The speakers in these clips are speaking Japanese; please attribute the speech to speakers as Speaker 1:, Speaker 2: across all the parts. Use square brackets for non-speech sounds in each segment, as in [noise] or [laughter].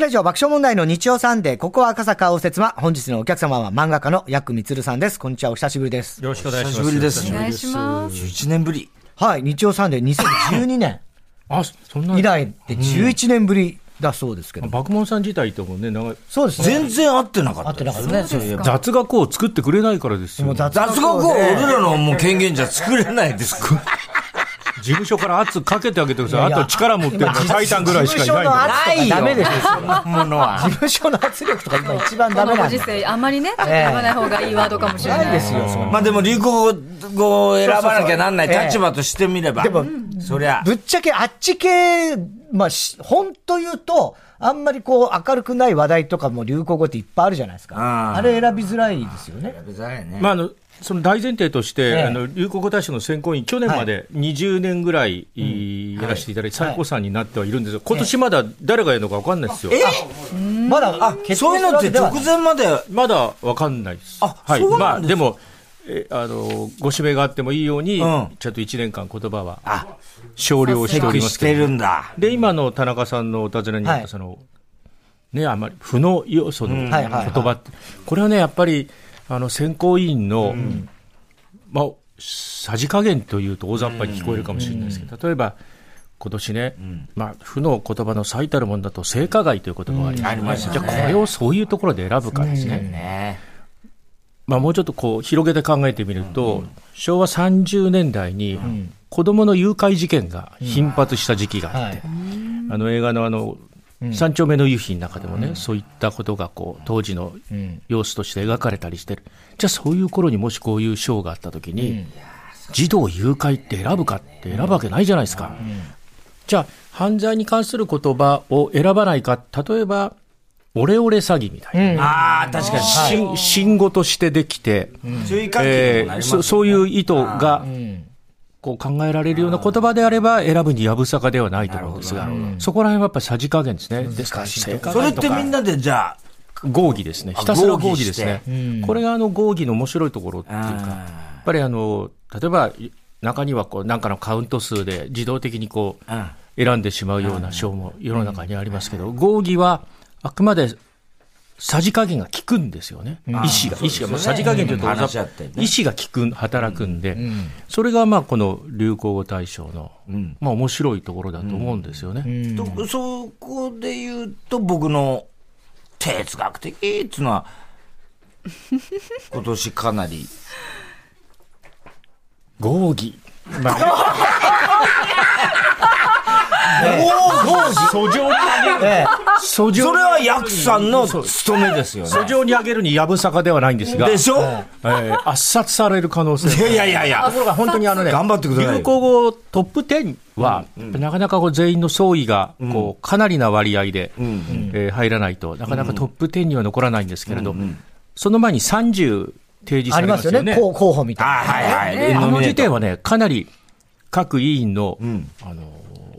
Speaker 1: ラジオ爆笑問題の日曜サンデー、ここは赤坂応接間。本日のお客様は漫画家のヤックミツルさんです。こんにちは、お久しぶりです。
Speaker 2: よろしくお願いします。
Speaker 3: 久しぶりです
Speaker 4: お願いします。
Speaker 3: 11年ぶり。
Speaker 1: はい、日曜サンデー2012年
Speaker 2: あ、そんな
Speaker 1: 以。来で11年ぶりだそうですけど。
Speaker 2: 爆問さん自体ともね、長い
Speaker 1: そうですね。
Speaker 3: 全然会ってなかった。
Speaker 1: 合ってなかったね。そういえば
Speaker 2: 雑学を作ってくれないからですよ。事
Speaker 1: 雑
Speaker 3: 雑学を俺らのもう権限じゃ作れないですか。
Speaker 2: 務所から圧かけてあげてください。
Speaker 1: いや
Speaker 2: あと力持ってるのはタイタンぐらいしかいないんだから。
Speaker 1: 事務所の圧とかダメですよ。
Speaker 3: そんなものは
Speaker 1: 事。務所の圧力とか今一番ダ
Speaker 4: こ
Speaker 1: メな
Speaker 4: のご
Speaker 1: んで
Speaker 4: 時。世、あんまりね、ちょっと言わない方がいいワードかもしれ
Speaker 1: ない
Speaker 4: な
Speaker 1: で
Speaker 4: い。
Speaker 1: すよ。そんな
Speaker 3: まあでも流行語を選ばなきゃなんない立場としてみれば。
Speaker 1: でも
Speaker 3: そりゃ。
Speaker 1: ぶっちゃけあっち系、まあ、し本当言うと、あんまりこう明るくない話題とかも流行語っていっぱいあるじゃないですか。
Speaker 3: あ
Speaker 1: あ
Speaker 3: ー
Speaker 1: れ選びづらいですよね。
Speaker 3: うざいね
Speaker 2: まあ、あのその大前提として、
Speaker 1: ええ
Speaker 2: あの流行語大賞の選考委員、去年まで20年ぐらい、いやらせていただいて、最高さんになってはいるんですが、今年まだ誰がやるのか分かんないですよ、
Speaker 1: まだ、あ、
Speaker 3: そういうのって直前まで、
Speaker 2: まだ分かんないです。
Speaker 3: あ
Speaker 2: はい
Speaker 3: そう
Speaker 2: ま
Speaker 3: な
Speaker 2: あ、
Speaker 3: んで
Speaker 2: です
Speaker 3: か
Speaker 2: もえあのご指名があってもいいように、
Speaker 3: うん
Speaker 2: ちゃんと1年間、言葉は
Speaker 3: あ、
Speaker 2: 少量しておりま
Speaker 3: し
Speaker 2: すけ
Speaker 3: て
Speaker 2: ど、
Speaker 3: るんだ。
Speaker 2: で今の田中さんのお尋ねにあった、
Speaker 1: はい
Speaker 2: そのね、あまり負の要素の言
Speaker 1: はいはいはい
Speaker 2: 葉って、これはね、やっぱりあの選考委員の、まあ、さじ加減というと大雑把に聞こえるかもしれないですけど、例えば、今年ね、まあ、負の言葉の最たるものだと、性加害という言葉があります,、
Speaker 3: うんありましたね
Speaker 2: じゃあ、これをそういうところで選ぶかですね。
Speaker 3: ね
Speaker 2: まあ、もうちょっとこう広げて考えてみると、昭和30年代に子供の誘拐事件が頻発した時期があって、あの映画のあの三丁目の夕日の中でもね、そういったことがこう当時の様子として描かれたりしてる、じゃあそういう頃にもしこういうショーがあった時に、児童誘拐って選ぶかって選ぶわけないじゃないですか。じゃあ、犯罪に関する言葉を選ばないか、例えば、オレオレ詐欺みたいな。
Speaker 3: ああ、確かに。
Speaker 2: 新新語としてできて、
Speaker 3: 注意喚起
Speaker 2: え
Speaker 3: にもなり
Speaker 2: ー
Speaker 3: ます
Speaker 2: そそういう意図がこう考えられるような言葉であれば、選ぶにやぶさかではないと思うんですが、そこら辺はやっぱりさじ加減ですね、ですから、正解
Speaker 3: それってみんなでじゃあ、
Speaker 2: 合議ですね、ひたすら合議です
Speaker 3: 合
Speaker 2: ね、これがあの合議の面白いところっていうか、やっぱりあの例えば、中にはこうなんかのカウント数で自動的にこう、
Speaker 3: うん
Speaker 2: 選んでしまうような賞も世の中にありますけど、合議はあくまでさじ加減が効くんですよね、意思が、意思が、もうさじ加減というと、
Speaker 3: う
Speaker 2: 意
Speaker 3: ん
Speaker 2: 思が
Speaker 3: 話し合ってね
Speaker 2: 効く、働くんで、それがまあこの流行語大賞の、まあ面白いところだと思うんですよね。
Speaker 3: とそこで言うと僕の哲学的っていう
Speaker 2: [laughs]
Speaker 3: のは、今年かなり。
Speaker 2: 合議、まあ
Speaker 3: [laughs]
Speaker 2: [laughs] 訴状に上げる。訴状
Speaker 3: それはヤクさんの務めですよね。
Speaker 2: 訴状に上げるにやぶさかではないんですが、
Speaker 3: でしょ、
Speaker 2: えー
Speaker 3: [laughs]
Speaker 2: 圧殺される可能性
Speaker 3: いやいやいやいや
Speaker 2: ところが本当にあのね、
Speaker 3: 頑張ってくださいよ
Speaker 2: 流行語トップ10は、なかなかこう全員の総意がこうかなりな割合で、えー入らないと、なかなかトップ10には残らないんですけれど、その前に30提示
Speaker 1: あ
Speaker 2: さ
Speaker 1: り
Speaker 2: れ
Speaker 1: ま
Speaker 2: ますす
Speaker 1: よ
Speaker 2: よ
Speaker 1: ね。
Speaker 2: ね。
Speaker 1: 候候補みたいな。
Speaker 3: あはいはい。
Speaker 2: あの時点
Speaker 3: は。
Speaker 2: はね、かなり各委員の、あの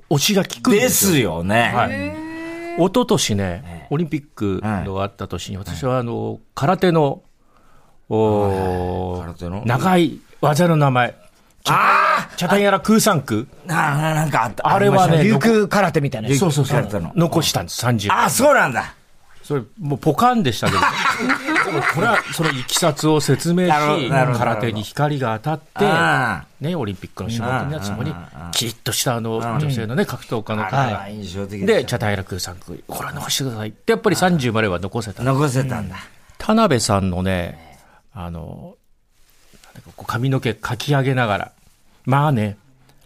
Speaker 2: 推しが効くん
Speaker 3: で
Speaker 2: ですよ
Speaker 3: すよね。
Speaker 2: 一昨年ね、オリンピックのがあった年に、私はあの空手のおー
Speaker 3: 空手の
Speaker 2: 長い技の名前、チャチャタンやら空三区、
Speaker 3: ななんかあった。
Speaker 2: あれはね、
Speaker 1: 琉
Speaker 2: 残
Speaker 1: 球空手みたいな。
Speaker 3: そうそ
Speaker 2: そ
Speaker 3: うそうう。たの。
Speaker 2: 残したんです、30。
Speaker 3: あ、そうなんだ。
Speaker 2: それ、もうポカンでしたけ
Speaker 3: [laughs]
Speaker 2: ど、でもこれはそのいきさつを説明し、
Speaker 3: なるほどなるほど
Speaker 2: 空手に光が当た
Speaker 3: あ
Speaker 2: って、ね、オリンピックの種目になったそこに、キリッとしたあの女性のね、格闘家の方
Speaker 3: あれ
Speaker 2: が
Speaker 3: は印象的
Speaker 2: で、
Speaker 3: でし
Speaker 2: 茶平空さん、これ残してくださいって、やっぱり30までは残せた
Speaker 3: た。。残せたんだ。
Speaker 2: 田辺さんのね、あの、なんだかこう髪の毛かき上げながら、まあね、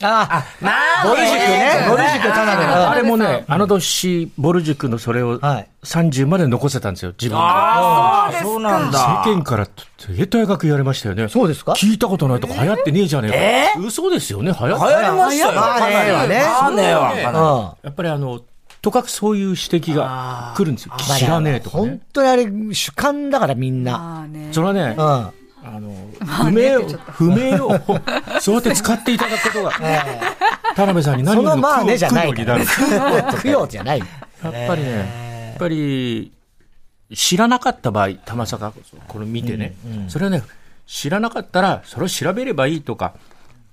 Speaker 1: あ
Speaker 3: ま
Speaker 1: あ、ボル塾ね。ボル塾田辺の。
Speaker 2: あれもね、あの年、ボル塾のそれを
Speaker 1: はい
Speaker 2: 30まで残せたんですよ、自分が。
Speaker 3: ああ、そうなんだ。
Speaker 2: 世間からって、え大学言われましたよね。
Speaker 1: そうですか
Speaker 2: 聞いたことないとか流行ってねえじゃねえか。嘘ですよね、流行って
Speaker 3: 流行りましたよ。
Speaker 1: まあねはね
Speaker 3: まあねはかなり。
Speaker 1: うん。
Speaker 2: やっぱりあの、とかくそういう指摘が来るんですよ。知らねえとか
Speaker 1: 本
Speaker 2: ね。
Speaker 1: 当にあれ、主観だからみんな。
Speaker 4: ああね。
Speaker 2: それはね、
Speaker 1: うん。
Speaker 2: あの、不明を、不明を、そうやって使っていただくことが、田辺さんに何
Speaker 1: そ
Speaker 2: より
Speaker 1: の
Speaker 2: も
Speaker 1: まあねじゃ
Speaker 2: 苦労
Speaker 1: ない
Speaker 2: 苦労
Speaker 1: か
Speaker 2: にな
Speaker 1: ら。
Speaker 2: る。
Speaker 1: 供養じゃない。
Speaker 2: やっぱりね、やっぱり、知らなかった場合、たまさか、これ見てね、それはね、知らなかったら、それを調べればいいとか、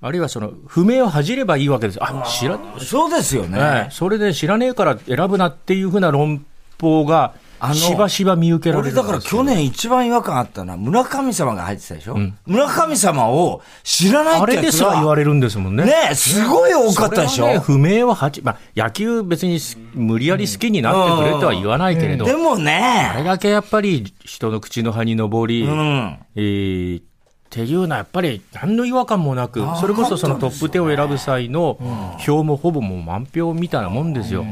Speaker 2: あるいはその、不明を恥じればいいわけです。あ、知らね
Speaker 3: そうですよ
Speaker 2: え
Speaker 3: ね。
Speaker 2: それで知らねえから選ぶなっていうふうな論報が
Speaker 3: あの
Speaker 2: しばしば見受けられ
Speaker 3: 俺
Speaker 2: る
Speaker 3: だから去年一番違和感あったのは村神様が入ってたでしょ、村神様を知らない
Speaker 2: あ
Speaker 3: って
Speaker 2: れ
Speaker 3: や
Speaker 2: で
Speaker 3: つ
Speaker 2: さ
Speaker 3: が
Speaker 2: え言われるんですもんね。
Speaker 3: ねえすごい多かったでし
Speaker 2: それはね
Speaker 3: ょ、
Speaker 2: 不明は8、まあ、野球別にす無理やり好きになってくれとは言わないけれど、
Speaker 3: でも
Speaker 2: あれ
Speaker 3: ね、
Speaker 2: だけやっぱり人の口の葉に上り、
Speaker 3: うん。
Speaker 2: えーっていうのはやっぱり何の違和感もなく、それこそそのトップ10を選ぶ際の票もほぼもう満票みたいなもんですよ。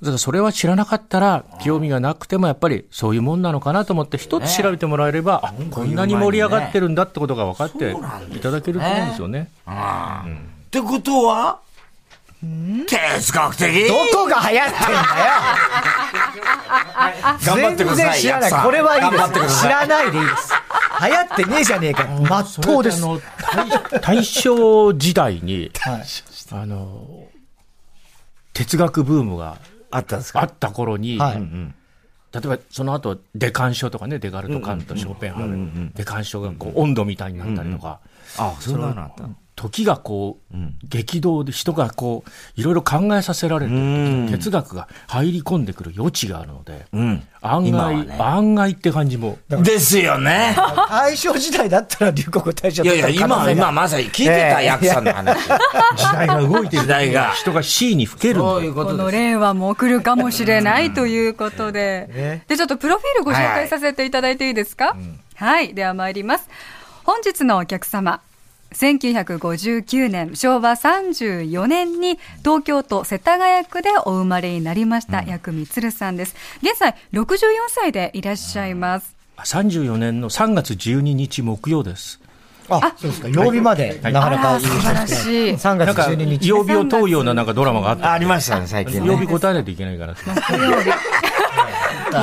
Speaker 2: だからそれは知らなかったら、興味がなくてもやっぱりそういうもんなのかなと思って、一つ調べてもらえれば、あこんなに盛り上がってるんだってことが分かっていただけると思うんですよね。
Speaker 3: ってことは、哲学的
Speaker 1: どこが流行ってんだよ
Speaker 3: 頑張ってくださ
Speaker 1: 全然
Speaker 3: い。
Speaker 1: 知らな
Speaker 3: やっ
Speaker 1: い。
Speaker 3: さん
Speaker 1: これはいい
Speaker 3: 頑張ってく
Speaker 1: で
Speaker 3: だ
Speaker 1: す。
Speaker 3: さ
Speaker 1: 知
Speaker 3: い。
Speaker 1: らないでいいです。流行ってねえじゃねえか。まっとうです。
Speaker 2: そ
Speaker 1: は
Speaker 2: れであの大大正時代に、
Speaker 1: い。
Speaker 2: あの、哲学ブームが
Speaker 3: あったんです
Speaker 2: あった頃に、
Speaker 1: はい
Speaker 2: 例えばその後デカンショとかねデガルト・カント・ショーペンハーベンデカンショがこう温度みたいになったりとか、
Speaker 3: あ、そんなのあった。
Speaker 2: 時がこう、激動で人がこういろいろ考えさせられる
Speaker 3: うん
Speaker 2: 哲学が入り込んでくる余地があるので、
Speaker 3: うん。
Speaker 2: 案
Speaker 3: 今は
Speaker 2: 外、
Speaker 3: ね
Speaker 2: 案外って感じも
Speaker 3: ですよ [laughs] ね。
Speaker 1: 大正時代だったら流行語大賞
Speaker 3: い
Speaker 1: だ
Speaker 3: や
Speaker 1: った
Speaker 3: いや、
Speaker 1: 可能
Speaker 3: 今、
Speaker 1: 性が
Speaker 3: 今まさに聞いてた、
Speaker 1: ええ
Speaker 3: ヤクさんの話。
Speaker 2: 時代が動いてる
Speaker 3: 時代が
Speaker 2: 人が C にふける
Speaker 3: そ
Speaker 2: の
Speaker 3: ういうこ
Speaker 4: ことの
Speaker 3: です。
Speaker 4: 令和も来るかもしれないということで
Speaker 1: ね。
Speaker 4: で、ちょっとプロフィールご紹介させていただいていいですかはい。では参ります。本日のお客様。1959年、昭和34年に東京都世田谷区でお生まれになりました、薬味つるさんです。現在64歳でいらっしゃいます。
Speaker 2: 34年の3月12日木曜です
Speaker 1: あ、そうですか。曜日まで、なかな
Speaker 4: あ
Speaker 1: から
Speaker 4: 素晴らしい。
Speaker 1: 3月
Speaker 2: なんか
Speaker 1: 12日。
Speaker 2: 曜日を問うようななんかドラマがあった
Speaker 3: ありましたね、最近ね。
Speaker 2: 曜日答えないといけない
Speaker 1: [laughs]
Speaker 2: から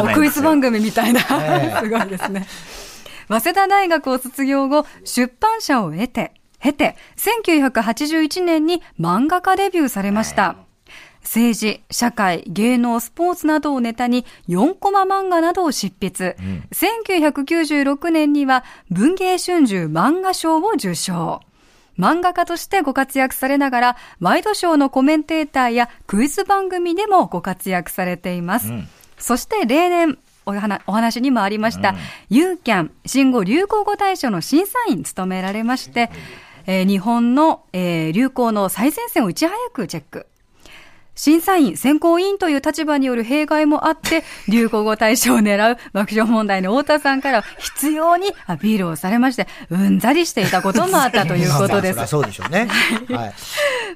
Speaker 4: もうクイズ番組みたいな、 [laughs] すごいですね。早稲田大学を卒業後、出版社を得て、経て、1981年に漫画家デビューされました。政治、社会、芸能、スポーツなどをネタに4コマ漫画などを執筆。1996年には文藝春秋漫画賞を受賞。漫画家としてご活躍されながら、ワイドショーのコメンテーターやクイズ番組でもご活躍されています。そして例年、お話お話にもありました、ユーキャン新語・流行語大賞の審査員務められまして、えー日本の、えー流行の最前線をいち早くチェック。審査員、選考委員という立場による弊害も
Speaker 1: [laughs]
Speaker 4: あって、流行語大賞を狙う爆笑問題の太田さんから必要にアピールをされまして、うんざりしていたこともあったということです
Speaker 1: まあまあ。 [laughs] そりゃそうでしょうね。はい。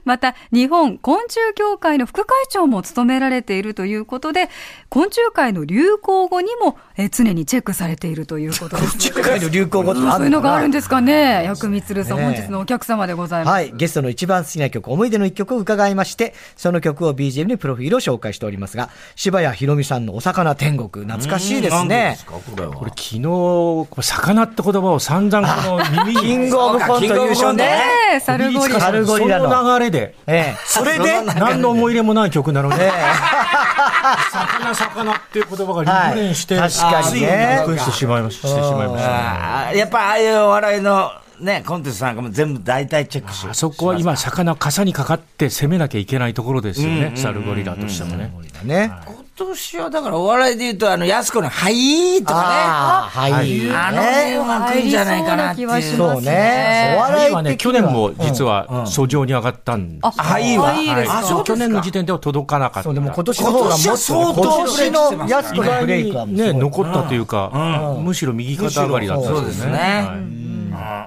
Speaker 4: また、日本昆虫協会の副会長も務められているということで、昆虫界の流行語にもえー常にチェックされているということです。
Speaker 1: 世界の流行語って [laughs] あ
Speaker 4: そうい
Speaker 1: る
Speaker 4: う
Speaker 1: の
Speaker 4: のがあ
Speaker 1: か
Speaker 4: るん
Speaker 1: な
Speaker 4: ですかね。薬味つるさん、
Speaker 1: ね
Speaker 4: 本日のお客様でございます。
Speaker 1: はい。ゲストの一番好きな曲、思い出の一曲を伺いまして、その曲を BGM にプロフィールを紹介しておりますが、柴谷ひろみさんのお魚天国、懐かしいです
Speaker 3: 何
Speaker 1: ね
Speaker 3: です。かこれは。
Speaker 2: これ昨日、これ魚って言葉を散々この耳
Speaker 1: キン
Speaker 2: に
Speaker 1: グオブコント優勝
Speaker 4: ね
Speaker 1: ね。
Speaker 4: え、サルゴリ
Speaker 1: サ
Speaker 4: ラ。
Speaker 1: ルゴリラ
Speaker 2: そ
Speaker 1: の。
Speaker 2: の流れで。
Speaker 1: ええ。
Speaker 2: それで何の思い入れもない曲なのに、魚魚っていう言葉がリフレインして、
Speaker 1: はい確かにね
Speaker 2: ついにリプレインしてしまいました。してしまいました。
Speaker 3: あーやっぱああいうお笑いのね、コンテストなんかも全部大体チェックしよ
Speaker 2: あ
Speaker 3: う。
Speaker 2: そこは今、魚、傘にかかって攻めなきゃいけないところですよね、サルゴリラとしてもね。
Speaker 1: ね。
Speaker 3: 今年はだからお笑いで言うと、あの、安子の、はいとか
Speaker 1: ああ、はい。
Speaker 3: ね。あの辺は来るんじゃないかなっていう。
Speaker 4: 入りそうな気はします
Speaker 1: そうね。お
Speaker 2: ある
Speaker 1: 笑
Speaker 2: い
Speaker 1: い
Speaker 2: はね、
Speaker 1: 的
Speaker 2: 去
Speaker 1: に
Speaker 2: 年
Speaker 1: は
Speaker 2: も実は、訴状に上がったんです。
Speaker 3: はいは。
Speaker 4: いいですか
Speaker 3: あ、そう
Speaker 2: 去
Speaker 3: です
Speaker 2: 年の時点では届かなかった。
Speaker 1: そう、でも今年の方がもっと、
Speaker 3: 今年は相当ブレイクして
Speaker 1: 今年の
Speaker 3: ます
Speaker 1: やす子
Speaker 2: 意
Speaker 1: の
Speaker 2: 外
Speaker 1: ブレイクは
Speaker 2: にね、
Speaker 1: もう
Speaker 2: 残ったというか、むしろ右肩上がりだったん
Speaker 3: そうですね。はい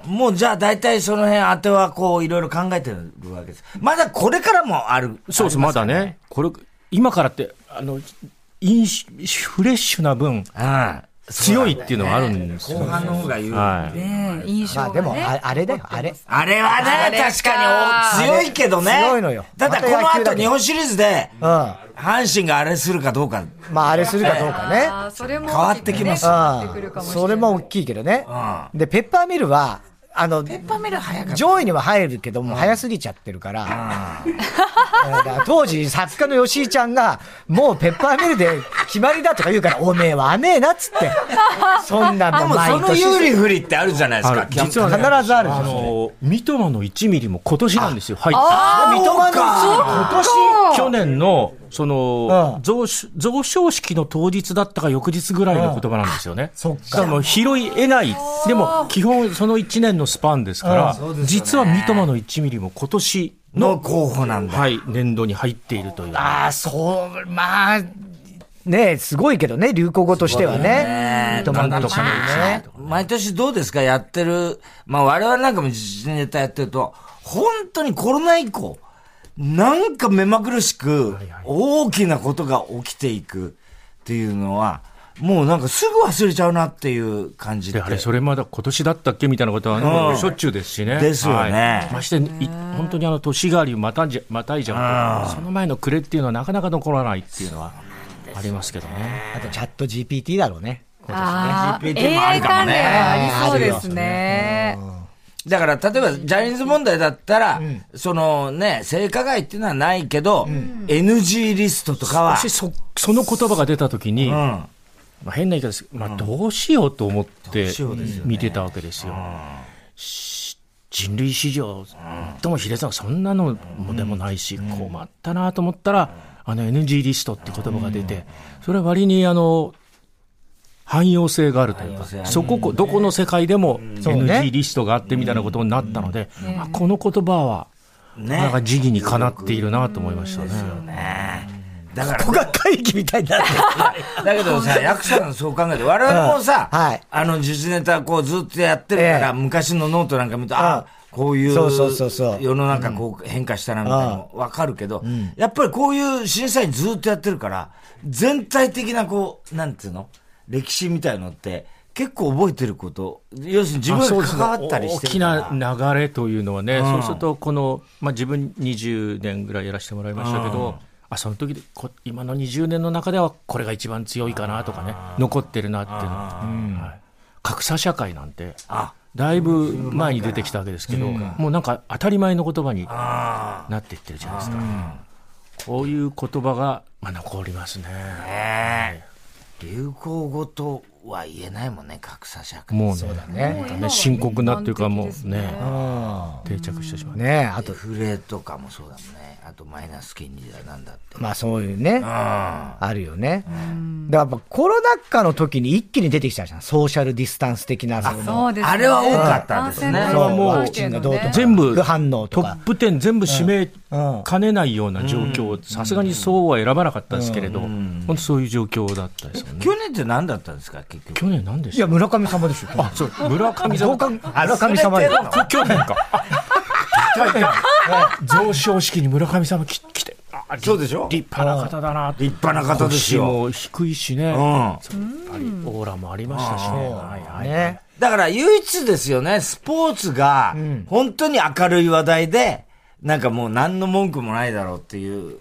Speaker 3: もうじゃあ大体その辺当てはこういろいろ考えてるわけです。まだこれからもある。
Speaker 2: そうです、まだね。これ、今からって、あの、インシフレッシュな分、
Speaker 3: うん。
Speaker 2: 強いっていうのはあるんですよ
Speaker 3: 後
Speaker 2: ね。
Speaker 3: 半の方が言う。
Speaker 2: はい。
Speaker 4: ねえ、印
Speaker 1: ま
Speaker 4: 象が、
Speaker 1: あ
Speaker 4: ね。
Speaker 1: でも、ああれだよ、あれ。
Speaker 3: あれはね、確かにお強いけどね。
Speaker 1: あれ強いのよ
Speaker 3: ただこ
Speaker 1: また野球
Speaker 3: の
Speaker 1: だ
Speaker 3: 後
Speaker 1: けど
Speaker 3: 日本シリーズで、
Speaker 1: うん。ま
Speaker 3: 阪神があれするかどうか。
Speaker 1: あ、あれするかどうかね。
Speaker 4: あーそれも
Speaker 3: 変わってきます
Speaker 4: ね変わってくる
Speaker 1: う
Speaker 4: か
Speaker 1: ん。
Speaker 4: もしれない
Speaker 1: それも大きいけどね。で、ペッパーミルは、あの、上位には入るけども、早すぎちゃってるから。うん [laughs] だから当時、作家の吉井ちゃんが、もうペッパーミルで決まりだとか言うから、 [laughs] おめえは甘えなっつって。そんな
Speaker 3: で
Speaker 1: の
Speaker 3: も
Speaker 1: 毎
Speaker 3: その
Speaker 1: 年。
Speaker 3: 有利不利ってあるじゃないです
Speaker 2: あ
Speaker 3: か
Speaker 2: る。
Speaker 3: キャンプ
Speaker 2: 実は、ね、
Speaker 1: 必ずあるん
Speaker 2: あ
Speaker 1: ですよ
Speaker 2: の、三笘の1ミリも今年なんですよ。はい。
Speaker 1: 三笘の1位今年
Speaker 2: 去年のその、贈賞式の当日だったか翌日ぐらいの言葉なんですよね。
Speaker 1: そっか。
Speaker 2: だからもう拾い得ない。でも、基本その1年のスパンですから、実は三笘の1ミリも今年の、
Speaker 3: の候補なんだ。
Speaker 2: はい、年度に入っているという。
Speaker 1: ああ、そう、まあ、ねえすごいけどね、流行語としてはね。三笘
Speaker 2: なんとかの
Speaker 1: ね。
Speaker 3: 毎年どうですかやってる。まあ我々なんかも時事ネタやってると、本当にコロナ以降、なんか目まぐるしく、大きなことが起きていくっていうのは、もうなんかすぐ忘れちゃうなっていう感じで
Speaker 2: で、。あれ、それまだ今年だったっけみたいなことはね、
Speaker 3: うん
Speaker 2: しょっちゅうですしね。
Speaker 3: ですよね
Speaker 2: はいまして、い本当にあの、年替わりまたんじゃ、またいじゃんとその前の暮れっていうのはなかなか残らないっていうのはありますけどね。
Speaker 1: あとチャット GPT だろうね。
Speaker 4: ああ、
Speaker 3: GPT もある
Speaker 4: AI
Speaker 3: かも
Speaker 4: 関
Speaker 3: ね
Speaker 4: 連はありそうですね。
Speaker 3: だから、例えば、ジャニーズ問題だったら、そのね、性加害っていうのはないけど、NG リストとかは、
Speaker 2: 私、そ、その言葉が出たときに、
Speaker 3: うん。
Speaker 2: まあ、変な言い方ですけど、まあ、どうしようと思って
Speaker 3: しようですよね
Speaker 2: 見てたわけですよ。し人類史上とも比列なそんなのもでもないし、困ったなと思ったら、あの NG リストって言葉が出て、それは割にあの、汎用性があるというか、そここ、どこの世界でも
Speaker 1: そうね
Speaker 2: NG リストがあってみたいなことになったので、あこの言葉は、なんか時義にかなっているなと思いましたね。
Speaker 3: だから、
Speaker 1: 小学会議みたいになってる。
Speaker 3: だけ
Speaker 1: [laughs]
Speaker 3: どさ、役者のそう考えて、我々もさ、
Speaker 1: うんはい
Speaker 3: あの、時事ネタこうずっとやってるから、
Speaker 1: ええ
Speaker 3: 昔のノートなんか見て、
Speaker 1: うん
Speaker 3: あ、こういう、
Speaker 1: そうそうそうそう
Speaker 3: 世の中こう変化したなみたいなのわかるけど、やっぱりこういう審査員ずっとやってるから、全体的なこう、なんていうの歴史みたいのって、結構覚えてること、要するに自
Speaker 2: あそ
Speaker 3: 分
Speaker 2: う
Speaker 3: が
Speaker 2: ですね
Speaker 3: 関わったりしてるから。
Speaker 2: 大きな流れというのはね、
Speaker 3: ん
Speaker 2: そうすると、この、まあ、自分20年ぐらいやらせてもらいましたけど、あその時でこ今の20年の中では、これが一番強いかなとかね、残ってるなっていうのは、はい格差社会なんて、だいぶ前に出てきたわけですけど、もうなんか当たり前の言葉になっていってるじゃないですか。こういう言葉が、まあ、残りますね。
Speaker 3: 流行語とは言えないもんね、格差社会。
Speaker 2: もうね、
Speaker 1: ね
Speaker 3: [laughs]
Speaker 2: なんかね深刻なというか、もうね、
Speaker 1: うん
Speaker 2: 定着してしまう。
Speaker 1: ねえあと
Speaker 3: デ、フレとかもそうだもんね。あとマイナス金利だなんだって。
Speaker 1: まあそういうね、
Speaker 3: あ
Speaker 1: あるよね。だからやっぱコロナ禍の時に一気に出てきたじゃん。ソーシャルディスタンス的な、その、
Speaker 4: そうですね
Speaker 3: あれは多かったですね
Speaker 4: 感染
Speaker 2: それはもう
Speaker 4: 対策
Speaker 2: ワク
Speaker 1: チンがどうとか
Speaker 2: 全部
Speaker 1: 副反応と
Speaker 2: ト
Speaker 1: か
Speaker 2: ップ10全部指
Speaker 1: うんう
Speaker 2: 名
Speaker 1: ん
Speaker 2: かねないような状況、さすがにそうは選ばなかったですけれど、本当そういう状況だったですよね。
Speaker 3: 去年って何だったんですか、結局。
Speaker 2: 去年何で
Speaker 1: い
Speaker 2: し
Speaker 1: や、
Speaker 2: た
Speaker 1: 村上様でしょ。
Speaker 2: あ、そう、村上さ。
Speaker 1: どうんか村上様でしょ。
Speaker 2: あ去年か。あ贈賞式に村上さんも来来て、あり
Speaker 3: そうでしょ
Speaker 2: 立派な方だなって。
Speaker 3: 立派な方です
Speaker 2: 腰
Speaker 3: よ。
Speaker 2: も低いしね、
Speaker 3: う
Speaker 2: やっ
Speaker 3: ん。
Speaker 2: ぱりオーラもありましたしね。はいはい
Speaker 1: ね。
Speaker 3: だから唯一ですよね、スポーツが、本当に明るい話題で、なんかもう何の文句もないだろうっていう、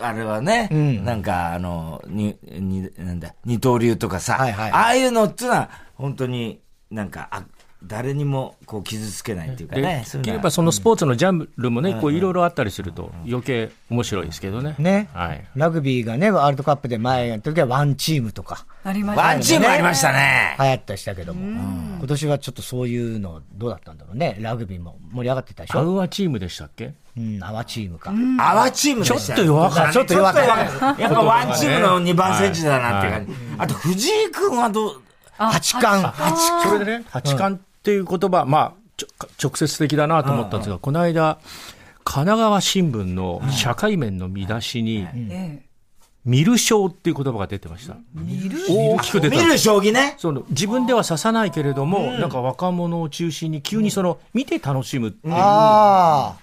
Speaker 3: あれはね、なんかあの、に、に、なんだ、二刀流とかさ、
Speaker 1: はいはい
Speaker 3: ああいうのってのは、本当になんか、あ誰にもこう傷つけないっていうか
Speaker 2: で
Speaker 3: ね、
Speaker 2: で
Speaker 3: ういう
Speaker 2: き
Speaker 3: の
Speaker 2: れ
Speaker 3: は
Speaker 2: ばそのスポーツのジャンルもね、こういろいろあったりすると、余計面白いですけどね。
Speaker 1: ね
Speaker 2: はい。
Speaker 1: ラグビーがね、ワールドカップで前やった時はワンチームとか
Speaker 4: ありましたね
Speaker 3: ワンチームありましたね。
Speaker 1: 流行ったりしたけども、今年はちょっとそういうのどうだったんだろうね。ラグビーも盛り上がってたでし
Speaker 2: ア
Speaker 1: ょ。
Speaker 2: ウアチームでしたっけ
Speaker 1: うん、アワチームか。
Speaker 3: アワチームでしたよ
Speaker 2: ちょっと弱かった
Speaker 1: ちょっと弱かった
Speaker 3: ちょっと弱かったやっぱワンチームの2番センチだなっていう感じ。あと藤井君はどう、
Speaker 1: 八冠。
Speaker 2: それでね、八冠っていう言葉、まあ、ちょ直接的だなと思ったんですが、この間、神奈川新聞の社会面の見出しに、
Speaker 4: ええ
Speaker 2: 見る賞っていう言葉が出てました。大きく出た
Speaker 3: 見。る将棋ね。
Speaker 2: その自分では指さないけれども、なんか若者を中心に急にその、見て楽しむっていう、
Speaker 1: あ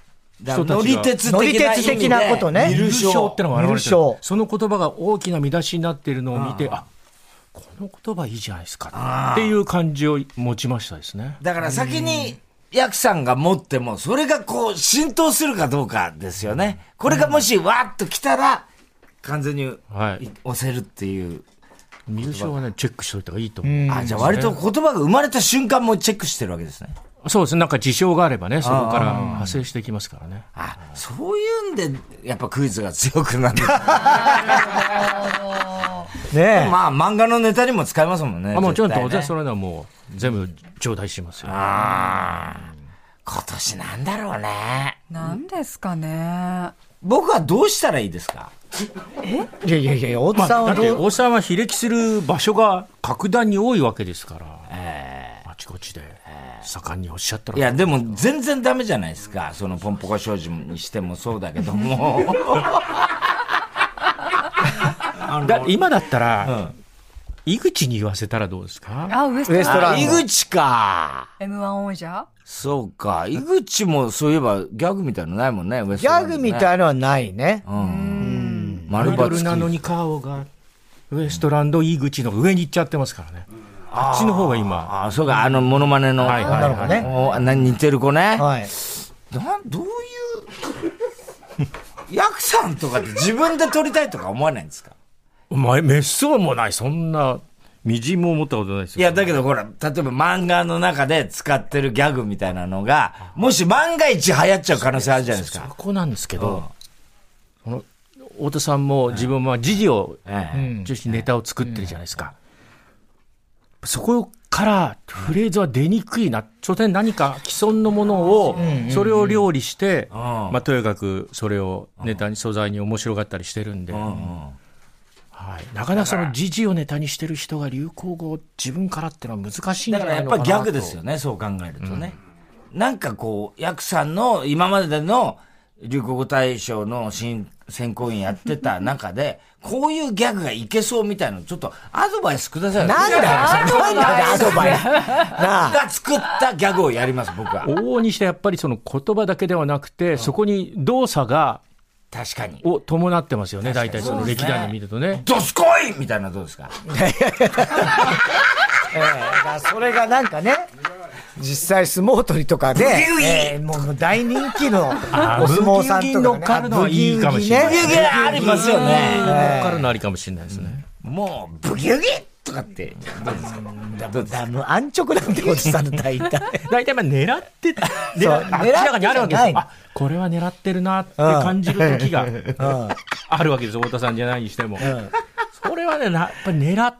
Speaker 3: だ
Speaker 2: 人たちが
Speaker 3: 乗り鉄的な意味で。
Speaker 1: 乗り鉄的なことね
Speaker 3: 見る
Speaker 2: 優勝
Speaker 3: 将
Speaker 2: ってのが現れて
Speaker 1: 優
Speaker 2: る
Speaker 1: 勝
Speaker 2: その言葉が大きな見出しになっているのを見て、あこの言葉いいじゃないですかっていう感じを持ちましたですね。
Speaker 3: だから先に、ヤクさんが持っても、それがこう浸透するかどうかですよね。これがもしわーっと来たら、完全に
Speaker 2: はい
Speaker 3: 押せるっていう。
Speaker 2: 見る賞はね、チェックしておいた方がいいと思う。
Speaker 3: あ、じゃあ割と言葉が生まれた瞬間もチェックしてるわけですね。
Speaker 2: そうですね、なんか事象があればね、そこから派生していきますからね。
Speaker 3: あ、そういうんで、やっぱクイズが強くなる。
Speaker 1: あ。ねえ。
Speaker 3: まあ、漫画のネタにも使えますもんね。
Speaker 2: あもうちろん
Speaker 3: 絶対
Speaker 2: 当
Speaker 3: ね
Speaker 2: 然それならもう全部頂戴しますよ。
Speaker 3: 今年なんだろうね。
Speaker 4: なんですかね。
Speaker 3: 僕はどうしたらいいですか
Speaker 1: いやいやいや、大津
Speaker 2: まあ、
Speaker 1: さん
Speaker 2: だ
Speaker 1: は
Speaker 2: って
Speaker 1: どう、
Speaker 2: 大津さんは非歴する場所が格段に多いわけですから、あちこちで盛んにおっしゃったら
Speaker 3: いや、でも全然ダメじゃないですか。そのポンポコ少女にしてもそうだけども。
Speaker 2: [laughs] だ今だったら、井口に言わせたらどうですか
Speaker 4: あ、ウエス
Speaker 1: ウエス
Speaker 4: ト
Speaker 1: ト
Speaker 4: ラ
Speaker 1: ラ
Speaker 4: ン
Speaker 1: ン
Speaker 3: 井口か。
Speaker 4: ド。M1 王者
Speaker 3: そうか。井口もそういえばギャグみたいのないもんね。ギ
Speaker 1: ギャグみ
Speaker 3: い。
Speaker 1: たいのはないね。
Speaker 3: 丸
Speaker 2: ア
Speaker 3: バ
Speaker 2: イドル
Speaker 3: ツ
Speaker 2: なのに顔が、ウエストランド井口の上に行っちゃってますからね。あっちの方が今、
Speaker 3: ああ、そうか。あの、モノマネの。
Speaker 2: はいはい
Speaker 1: なるほどね
Speaker 3: おな似てる子ね。
Speaker 1: はい。
Speaker 3: なんどういう [laughs] ヤクさんとかって自分で撮りたいとか思わないんですか
Speaker 2: お前、滅相もない、そんな、みじんも思ったことないです
Speaker 3: い
Speaker 2: よ。
Speaker 3: や、だけどほら、例えば漫画の中で使ってるギャグみたいなのが、もし万が一流行っちゃう可能性あるじゃないです
Speaker 2: そ
Speaker 3: か。
Speaker 2: こなんですけど、この、太田さんも自分は時事を
Speaker 3: ええ
Speaker 2: 中心にネタを作ってるじゃないですか。そこからフレーズは出にくいな。所詮何か既存のものを、それを料理して、まあとにかくそれをネタに素材に面白がったりしてるんで、はい。なかなかその時事をネタにしてる人が流行語を自分からってのは難しいんじ
Speaker 3: だ
Speaker 2: ゃ
Speaker 3: か
Speaker 2: な
Speaker 3: らや
Speaker 2: い
Speaker 3: っ
Speaker 2: の
Speaker 3: ぱ
Speaker 2: かな
Speaker 3: ギ
Speaker 2: と
Speaker 3: ャグですよね、そう考えるとね。なんかこう、ヤクさんの今までの流行語大賞の新選考委員やってた中で、こういうギャグがいけそうみたいなの、ちょっとアドバイスくださいよ
Speaker 1: なんだよ、なんだよ、アドバイス。なあ。
Speaker 3: [laughs] が作ったギャグをやります、僕は。
Speaker 2: 往々にしてやっぱりその言葉だけではなくて、そこに動作が、
Speaker 3: 確かに。
Speaker 2: を伴ってますよね、大体その歴代の見るとね。
Speaker 3: どすこいみたいなのどうですか
Speaker 1: ええだからそれがなんかね、実際相撲取りとかで、
Speaker 3: ブギウギ
Speaker 1: ええもうもう大人気のお相撲さんとか、ね、
Speaker 2: ブギウギに乗っかるのはいいかもしれない
Speaker 1: ブギウギね
Speaker 3: ギャグありますよね。
Speaker 2: わかるのありかもしれないですね。
Speaker 3: もう、ブギュギとかって、どうですかどうですか
Speaker 1: あの安直なんてことされたら
Speaker 3: [laughs]
Speaker 1: 痛い。
Speaker 2: 大体まあ狙って、
Speaker 1: そう
Speaker 2: 狙って明らかにある
Speaker 1: 狙っ
Speaker 2: わけです
Speaker 1: てじゃない
Speaker 2: よ。あ、これは狙ってるなって感じる時が
Speaker 1: うん
Speaker 2: [laughs] あるわけですよ、太田さんじゃないにしても。それはね、なやっぱり狙っ、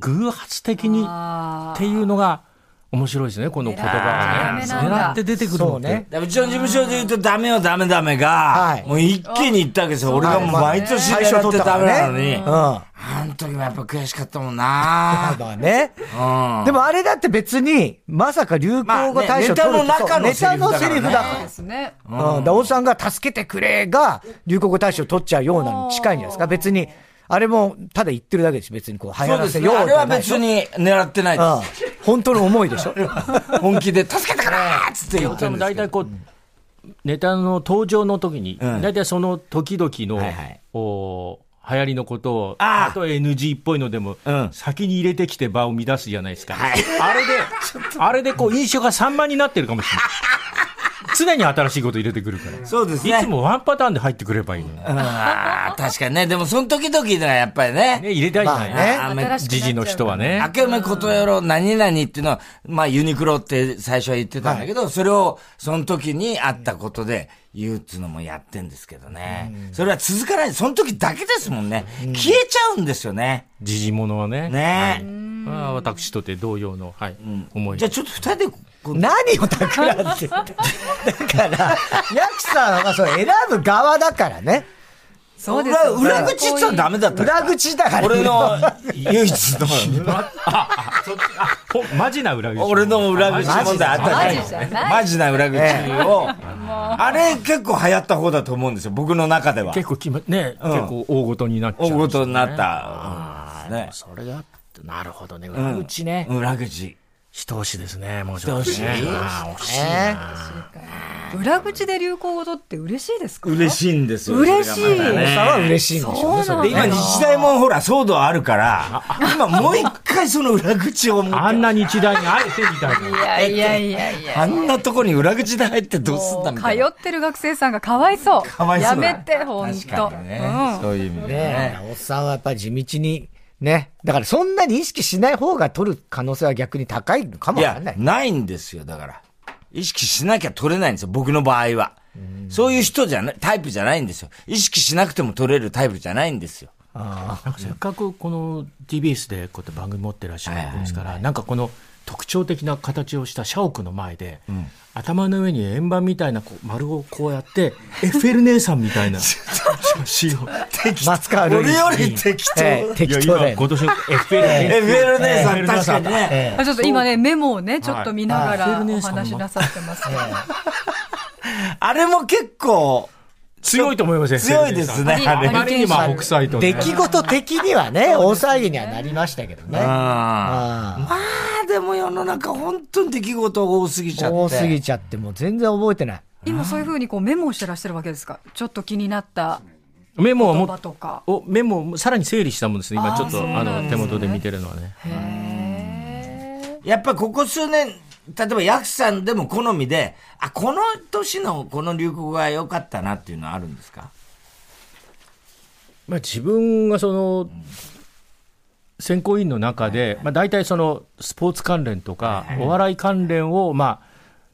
Speaker 2: 偶発的にっていうのが面白いですね、この言葉がね。
Speaker 4: 狙ってダメな
Speaker 2: 狙
Speaker 4: んだ
Speaker 2: って出てくるの
Speaker 1: そう
Speaker 2: って
Speaker 1: ね。。
Speaker 3: うちの事務所で言うと、ダメよ、ダメダメが、
Speaker 1: はい
Speaker 3: もう一気に言ったわけですよ。俺がもう毎年
Speaker 1: 最初
Speaker 3: 狙っ
Speaker 1: 取
Speaker 3: て
Speaker 1: った
Speaker 3: ダ
Speaker 1: か
Speaker 3: メな
Speaker 1: ら
Speaker 3: の
Speaker 1: ね。
Speaker 3: に。
Speaker 1: うん。
Speaker 3: あ
Speaker 1: ま
Speaker 3: の時もやっぱ悔しかったも
Speaker 1: [laughs]
Speaker 3: んな
Speaker 1: あね。
Speaker 3: うん。
Speaker 1: でもあれだって別に、まさか流行語大賞取るって
Speaker 3: まあねネタの中のセリフだからね
Speaker 1: ネタの
Speaker 4: そうですね。
Speaker 1: うん、だから大津さんが助けてくれが流行語大賞取っちゃうようなのに近いんじゃないですか。別に、あれもただ言ってるだけです。別にこう流
Speaker 3: そ
Speaker 1: 行
Speaker 3: うで
Speaker 1: ら
Speaker 3: す
Speaker 1: せ
Speaker 3: ね。
Speaker 1: よう
Speaker 3: あれ
Speaker 1: じ
Speaker 3: は
Speaker 1: ゃないでしょ
Speaker 3: 別に狙ってない
Speaker 1: うん
Speaker 3: で
Speaker 1: 本当の思いでし
Speaker 3: [laughs]
Speaker 1: ょ。
Speaker 3: す。本気で、助けてくれーっつって言って
Speaker 2: で
Speaker 3: るん
Speaker 2: も
Speaker 3: です
Speaker 2: 大
Speaker 3: けど
Speaker 2: 体こう、ネタの登場の時に、
Speaker 3: ん
Speaker 2: 大体その時々の、
Speaker 3: はいはい
Speaker 2: お流行りのことを、
Speaker 3: あー
Speaker 2: あと NG っぽいのでも、
Speaker 3: うん
Speaker 2: 先に入れてきて場を乱すじゃないですか。
Speaker 3: はい
Speaker 2: あれで、あれでこう印象が散漫になってるかもしれない。常に新しいこと入れてくるから。
Speaker 3: そうですね
Speaker 2: いつもワンパターンで入ってくればいいのに。ね、
Speaker 3: ああ、確かにね。でも、その時々がやっぱりね、
Speaker 2: 入れたいじゃない、
Speaker 1: まあね
Speaker 3: あめ
Speaker 4: 新しくなっちゃう
Speaker 2: 時事の人はね
Speaker 3: 明。けおめことやろう、何々っていうのは、まあ、ユニクロって最初は言ってたんだけど、それを、その時にあったことで言うっていうのもやってんですけどね。それは続かない。その時だけですもんね。消えちゃうんですよね。
Speaker 2: 時事ものはね。
Speaker 3: ね
Speaker 2: まあ私とて同様の、はい、思い
Speaker 3: じゃあちょっと二人で、こう
Speaker 1: 何を企んでるだ
Speaker 3: [laughs]
Speaker 1: から、ヤクさんはそう選ぶ側だからね。
Speaker 4: そうです
Speaker 3: 裏
Speaker 4: よ。
Speaker 3: 裏口って言ったらダメだったの
Speaker 1: 裏口だから。
Speaker 3: 俺の唯一の、
Speaker 2: ほマジな裏口。
Speaker 3: [laughs] 俺の裏口問題あったじゃない
Speaker 4: マジじ
Speaker 3: マジ
Speaker 4: ゃない
Speaker 3: な裏口を、あれ結構流行った方だと思うんですよ、僕の中では。
Speaker 2: 結構き、ま、ね、結構大ごとになっちゃう、
Speaker 3: 大事になっ。た。うんね。
Speaker 2: それが、なるほどね。裏口ね。
Speaker 3: 裏口。
Speaker 2: 一押しですね、もうちょっと、
Speaker 3: 一押
Speaker 2: ね。
Speaker 3: し
Speaker 2: ああ惜しい
Speaker 1: ね
Speaker 4: 裏口で流行語って嬉しいですか
Speaker 3: 嬉しいんですよ。
Speaker 4: 嬉しい
Speaker 3: それがまたね
Speaker 1: 大さんは嬉しいんでしょうね、
Speaker 4: そうな
Speaker 1: そ
Speaker 4: の
Speaker 1: れ
Speaker 3: で今、日大もほら、騒動あるから、今もう一回その裏口をもう一回
Speaker 2: あんな日大にあえてみたい
Speaker 4: い
Speaker 2: な。
Speaker 4: やいやいやいや。
Speaker 3: あんなとこに裏口で入ってどうすんだみ
Speaker 4: 通
Speaker 3: たいな。
Speaker 4: ってる学生さんがかわいそう。
Speaker 3: かわいそう
Speaker 4: や
Speaker 3: だ
Speaker 4: めて、ほんと。
Speaker 3: 確かにね。そういう意味
Speaker 1: ね
Speaker 3: でね。
Speaker 1: えおっさんはやっぱり地道に、ね。だからそんなに意識しない方が取る可能性は逆に高いのかも
Speaker 3: い
Speaker 1: わか
Speaker 3: や
Speaker 1: んない、。
Speaker 3: ないんですよ、だから。意識しなきゃ取れないんですよ、僕の場合は。そういう人じゃない、タイプじゃないんですよ。意識しなくても取れるタイプじゃないんですよ。
Speaker 2: なんかせっかくこの TBS でこうやって番組持ってらっしゃるんですから、なんかこの特徴的な形をした社屋の前で、頭の上に円盤みたいなこう丸をこうやって、エッフェル姉さんみた
Speaker 3: [laughs]
Speaker 2: いな写 [laughs] 真を。
Speaker 1: 松川るい
Speaker 3: 俺より適当。
Speaker 1: ええ
Speaker 3: エ
Speaker 1: 適
Speaker 2: いや
Speaker 1: 当だ
Speaker 2: 今
Speaker 1: よね。
Speaker 2: 今年のエッフェル姉さん。
Speaker 3: フェ
Speaker 2: ええ
Speaker 3: ル姉さん、確かにね。
Speaker 1: ええ
Speaker 4: あちょっと今ね、メモをね、ちょっと見なが
Speaker 2: はい
Speaker 4: ら
Speaker 2: フェルネ
Speaker 4: お
Speaker 2: ーさんも
Speaker 4: 話しなさってますけど。
Speaker 3: あれも結構
Speaker 2: 強いと思いますよ
Speaker 3: 強いですね、
Speaker 4: エッフェル姉さん
Speaker 3: あれ。
Speaker 2: あまりにも北斎とね
Speaker 1: 出来事的にはね、大騒ぎにはなりましたけどね。
Speaker 3: あ
Speaker 1: あ
Speaker 3: あ、でも世の中本当に出来事が多すぎちゃ
Speaker 1: あ
Speaker 3: って。
Speaker 1: 多すぎちゃって、もう全然覚えてない。
Speaker 4: 今そういうふうにこうメモをしてらっしゃるわけですかちょっと気になった
Speaker 2: メモを
Speaker 4: 言
Speaker 2: も
Speaker 4: 葉とか。
Speaker 2: おメモをさらに整理したもんですね、今ちょっ
Speaker 4: あーそう
Speaker 2: と
Speaker 4: な
Speaker 2: あ
Speaker 4: んですね
Speaker 2: の手元で見てるのはね。
Speaker 3: やっぱここ数年、例えばヤクさんでも好みで、あ、この年のこの流行語が良かったなっていうのはあるんですか
Speaker 2: まあ、自分がその選考委員の中で、まあ、大体そのスポーツ関連とか、お笑い関連をま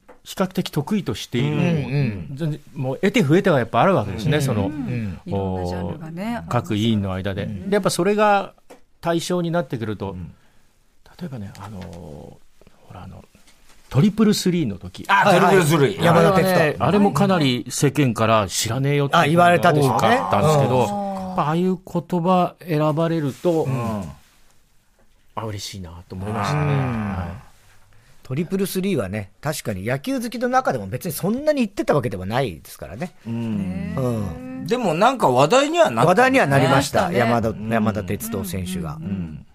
Speaker 2: あ比較的得意としている、全然もう得て増えてがやっぱあるわけですね、その、
Speaker 4: いろんなジャンルがね。あ
Speaker 2: 各委員の間で。で、やっぱそれが対象になってくると、例えばね、あのーほら、あの、トリプルスリーの時
Speaker 3: あ、ずるずるずるい。
Speaker 1: 山田
Speaker 2: あれはね
Speaker 1: 哲人。
Speaker 2: あれもかなり世間から知らねえよって
Speaker 1: あ言われたでしょうね
Speaker 2: 多かったんですけど、やっぱああいう言葉選ばれると、あ嬉しいなと思いましたね。は
Speaker 1: トリプルスリーはね、確かに野球好きの中でも別にそんなに言ってたわけではないですからね。うん。
Speaker 3: でもなんか話題にはなった
Speaker 1: 話題にはなりました。
Speaker 4: ね
Speaker 1: 山田、山田哲人選手が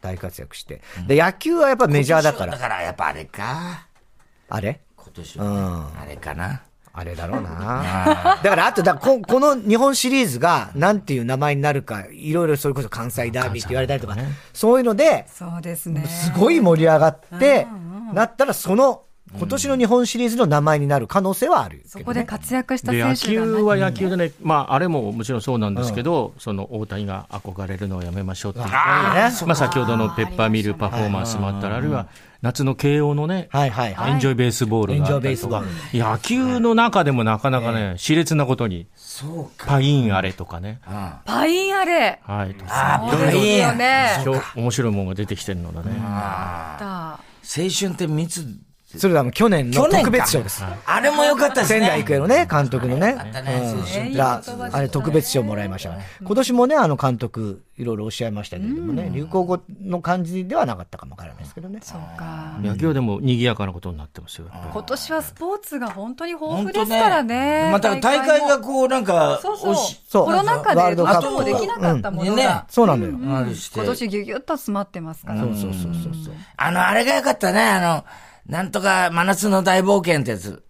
Speaker 1: 大活躍して。で、野球はやっぱメジャーだか
Speaker 3: だ
Speaker 1: ら。
Speaker 3: からやっぱあれか。
Speaker 1: あれ
Speaker 3: 今年は、あれかな。
Speaker 1: あれだろう [laughs] な。だから、あとだこ、この日本シリーズが、なんていう名前になるか、いろいろそれこそ関西ダービーって言われたりとか、そういうので、
Speaker 4: そうですね。
Speaker 1: すごい盛り上がって、なったら、その、今年の日本シリーズの名前になる可能性はある
Speaker 4: そ
Speaker 1: け
Speaker 4: こ
Speaker 1: ど
Speaker 4: で
Speaker 1: ね。
Speaker 4: 活躍した
Speaker 2: で野
Speaker 4: 選手
Speaker 2: 球
Speaker 4: が
Speaker 2: は野球でね、まあ、あれももちろんそうなんですけど、その大谷が憧れるのをやめましょうっていう
Speaker 1: あ
Speaker 2: まあ、先ほどのペッパーミルパフォーマンスもあったら、あるいは夏の慶応のね、
Speaker 1: はいはいはい
Speaker 2: エンジョイベースボールがあったりと
Speaker 1: エン
Speaker 2: か
Speaker 1: ジョイベー、
Speaker 2: 野球の中でもなかなかね、熾烈なことに、
Speaker 3: そうか。
Speaker 2: パインあれとかね、
Speaker 4: パインアレ
Speaker 2: はい、
Speaker 3: あ
Speaker 4: ー。
Speaker 3: ー
Speaker 4: そうですよね。
Speaker 2: 今日面白いものが出てきてるのだね。
Speaker 4: あ
Speaker 3: 青春って密。
Speaker 1: それはもう去年の
Speaker 3: 去年か
Speaker 1: 特別賞です。
Speaker 3: あれも良かったですね。
Speaker 1: 仙台育英のね、監督のね。
Speaker 3: たね
Speaker 1: うん
Speaker 3: 青春
Speaker 4: ね
Speaker 1: が
Speaker 4: いい言葉でしたね
Speaker 1: あれ特別賞もらいましたね。今年もね、あの監督、いろいろおっしゃいましたけれどもね、流行語の感じではなかったかもわからないですけどね。
Speaker 4: そうか。
Speaker 2: 野球でも賑やかなことになってますよ。
Speaker 4: 今年はスポーツが本当に豊
Speaker 3: 本
Speaker 4: 富
Speaker 3: 当
Speaker 4: ですからね。
Speaker 3: また大会が
Speaker 4: も。
Speaker 3: こうなんか、
Speaker 4: そう
Speaker 3: おし
Speaker 4: そ
Speaker 1: そう
Speaker 4: う。コロナ禍で
Speaker 1: ワールドカップ
Speaker 4: 後もできなかったもの
Speaker 3: ね
Speaker 4: が。
Speaker 1: そうなのよ。
Speaker 3: あるして
Speaker 4: 今年ギュギュッと詰まってますから。
Speaker 1: そうそうそうそうそう。
Speaker 3: あの、あれが良かったね。あの、なんとか真夏の大冒険ってやつ。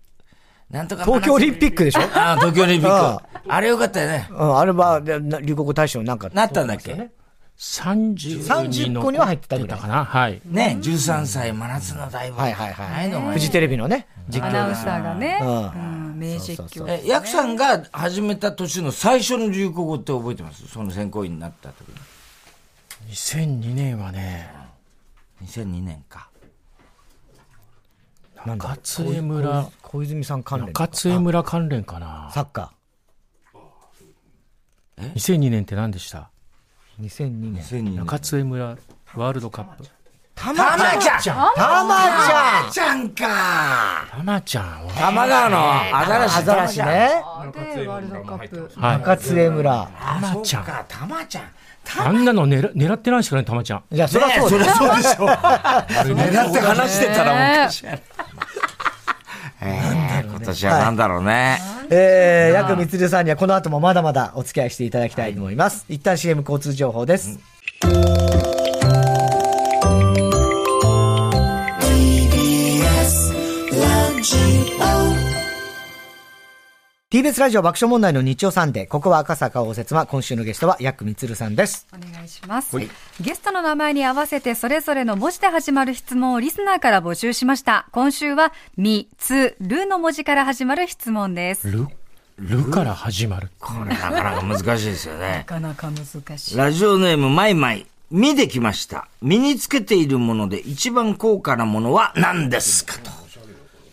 Speaker 3: なんとか真夏
Speaker 1: 東京オリンピックでしょ
Speaker 3: ああ、東京オリンピッ
Speaker 1: あ
Speaker 3: ク。あれ良かったよね。
Speaker 1: うん、あれは、でな流行語大賞なんか。
Speaker 3: なったんだっけ
Speaker 2: 30
Speaker 1: 30個には入ってたぐらい
Speaker 2: かな。はい。
Speaker 3: ね、13歳真夏の大冒険。
Speaker 1: はいはい
Speaker 3: ああいうの
Speaker 1: は
Speaker 3: が
Speaker 1: い。フジテレビのね、実
Speaker 4: ア
Speaker 1: 況
Speaker 4: ナウ
Speaker 1: で
Speaker 4: ン
Speaker 1: す。
Speaker 4: サーがね、
Speaker 1: う
Speaker 4: うん、名実況
Speaker 3: え、ヤクさんが始めた年の最初の流行語って覚えてますその選考員になった時に。
Speaker 2: 2002年はね、
Speaker 3: 2002年か。
Speaker 2: 中津江村、
Speaker 1: 小泉さん関連。
Speaker 2: 中津江村関連かな。
Speaker 1: サッカ
Speaker 2: 2002年って何でした
Speaker 1: ー。2002年。
Speaker 3: 2002年。
Speaker 2: 中津江村ワールドカップ。
Speaker 3: たまちゃん
Speaker 1: たまちゃん
Speaker 3: ちゃんか
Speaker 2: たまちゃんを。
Speaker 3: たまがのアザラシ。
Speaker 1: アザラシね。
Speaker 4: でワールドカップ
Speaker 2: はい。
Speaker 1: 中津江村。
Speaker 3: たま
Speaker 2: ちゃん
Speaker 3: か、たまちゃん。た
Speaker 2: あんなの狙狙ってないですからね、たまちゃん。
Speaker 1: いや、そりゃそうだよ。
Speaker 3: [laughs] そうでしょ。狙って話してたらもう口やる。えー今年はなんだろうね。
Speaker 1: えー、ヤクミツルさんにはこの後もまだまだお付き合いしていただきたいと思います。一旦 CM 交通情報です。TBS ラジオ爆笑問題の日曜サンデー。ここは赤坂応接間。今週のゲストはヤクミツルさんです。
Speaker 4: お願いします、ゲストの名前に合わせてそれぞれの文字で始まる質問をリスナーから募集しました今週は「み」「つ」「る」の文字から始まる質問です
Speaker 2: ル、ルから始まる。
Speaker 3: これなかなか難しいですよね。
Speaker 4: なかなか難しい
Speaker 3: ラジオネームマイマイ。見できました。身につけているもので一番高価なものは何ですかと。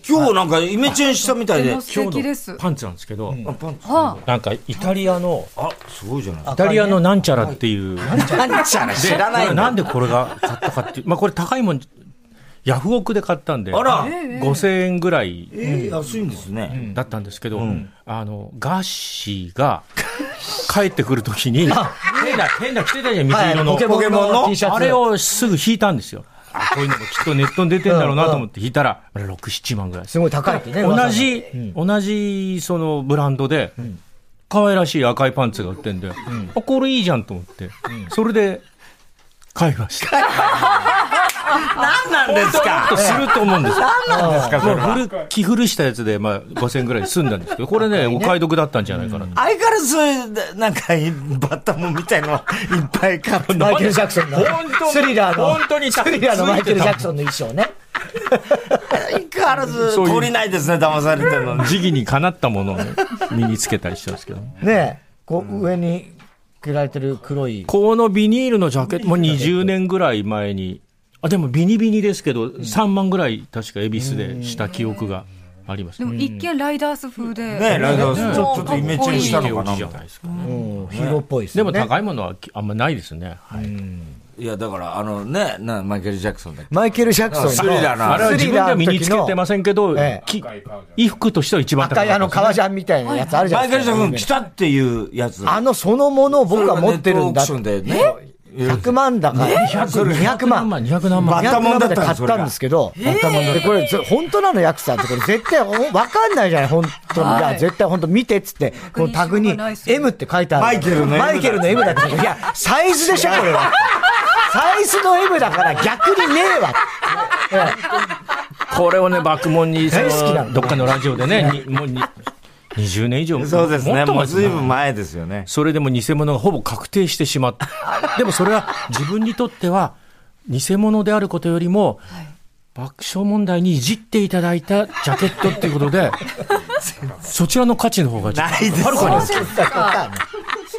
Speaker 3: 今日なんかイメチェンしたみたいで。
Speaker 4: とっても素敵です
Speaker 2: パンツなんですけど、
Speaker 3: あパンツ
Speaker 4: は
Speaker 2: なんかイタリアの、
Speaker 3: あ、すごいじゃない
Speaker 2: イタリアのなんちゃらっていう、
Speaker 3: なんちゃら知らない
Speaker 2: で
Speaker 3: んだ
Speaker 2: なんでこれが買ったかっていう、まあこれ高いもん、ヤフオクで買ったんで、
Speaker 3: あら
Speaker 2: 5000円ぐらい
Speaker 3: えー、安いんですね。
Speaker 2: だったんですけど、あの、ガッシーが帰ってくるときに、変な、変な着てたじゃん、水色の。
Speaker 1: はいポケモンの T シャツ
Speaker 2: あれをすぐ引いたんですよ。あこういうのもきっとネットに出てんだろうなと思って引いたら、6、7万ぐらいです
Speaker 1: すごい高いってね。
Speaker 2: 同じ、同じそのブランドで、可愛らしい赤いパンツが売ってんで、あこれいいじゃんと思って、それで買いました。
Speaker 3: [laughs] 何なんですか
Speaker 2: ちょっとすると思うんですよ。
Speaker 3: 何なんですかそ
Speaker 2: もう
Speaker 3: れは
Speaker 2: 古着古したやつで、まあ、5000円ぐらいで済んだんですけど、これね、お買い得だったんじゃないかなと。
Speaker 3: 相変わらずそういう、なんか、バッタモンみたいのをいっぱい買って。
Speaker 1: マイケル・ジャクソンの。スリラーの。
Speaker 2: 本当に
Speaker 1: スリラーのマイケル・ジャクソンの衣装ね。
Speaker 3: 相変わらず、
Speaker 2: そういう
Speaker 3: 懲りないですね、騙されてるのに。
Speaker 2: 時期にかなったものをね身につけたりしてますけど。
Speaker 1: ねえ、こう、上に着られてる黒い。
Speaker 2: このビニールのジャケットも20年ぐらい前に、あ、でもビニビニですけど、3万ぐらい確か恵比寿でした記憶があります
Speaker 4: でも
Speaker 2: ね。
Speaker 4: 一見ライダース風で。
Speaker 3: ねライダース
Speaker 4: うん
Speaker 3: ちょちょっとイメージチェンジしたの
Speaker 2: お
Speaker 3: かな
Speaker 2: じじゃないですかね。
Speaker 1: うんヒーローっぽいですね。
Speaker 2: でも高いものはあんまないですね。はい
Speaker 3: いや、だから、あのね、なマイケル・ジャクソンだっけ。
Speaker 1: マイケル・ジャクソンの。
Speaker 3: スリラーな
Speaker 2: あれは自分では身につけてま
Speaker 1: ん。
Speaker 2: せんけど
Speaker 1: ええ、
Speaker 2: き衣服としては一番高
Speaker 1: 赤
Speaker 2: い。
Speaker 1: いあの革ジャンみたいなやつあるじゃ
Speaker 3: マ
Speaker 1: ない
Speaker 3: イケ
Speaker 1: で
Speaker 3: ル・
Speaker 1: す
Speaker 3: ジ
Speaker 1: か。
Speaker 3: ャクソン来たっていうやつ。
Speaker 1: あのそのものを僕が持ってるんだ。
Speaker 3: それがネットオークションでね
Speaker 1: 100万だから。200
Speaker 2: 200
Speaker 1: 万。
Speaker 2: 万、200何
Speaker 1: バ
Speaker 2: 万。
Speaker 1: ッタモンだったら買ったんですけど、でこれ、ず本当なの、ヤクさんって、これ絶対、おわかんないじゃない、本当に。
Speaker 4: はい
Speaker 1: いや絶対、本当見てっつって、このタグ
Speaker 4: 確認し
Speaker 1: に
Speaker 4: ようがないっ、すよ
Speaker 1: M って書いてある。
Speaker 3: マイケルの M だ
Speaker 1: マイケルの M だって。いや、サイズでしょ、これは。サイズの M だから逆にねえわ。
Speaker 2: これをね、爆問に、そ
Speaker 1: 大好きな
Speaker 2: の
Speaker 1: の
Speaker 2: どっかのラジオでね、にもうに20年以上。
Speaker 3: そうです
Speaker 2: も
Speaker 3: ね。
Speaker 2: っと
Speaker 3: も
Speaker 2: 前で
Speaker 3: う
Speaker 2: す
Speaker 3: 随
Speaker 2: ね
Speaker 3: 分前ですよね。
Speaker 2: それでも偽物がほぼ確定してしまった。でもそれは自分にとっては、偽物であることよりも、爆笑問題にいじっていただいたジャケットっていうこと
Speaker 3: [laughs]
Speaker 2: で、そちらの価値の方が実は
Speaker 3: ないです
Speaker 2: はるかに
Speaker 4: そうですか。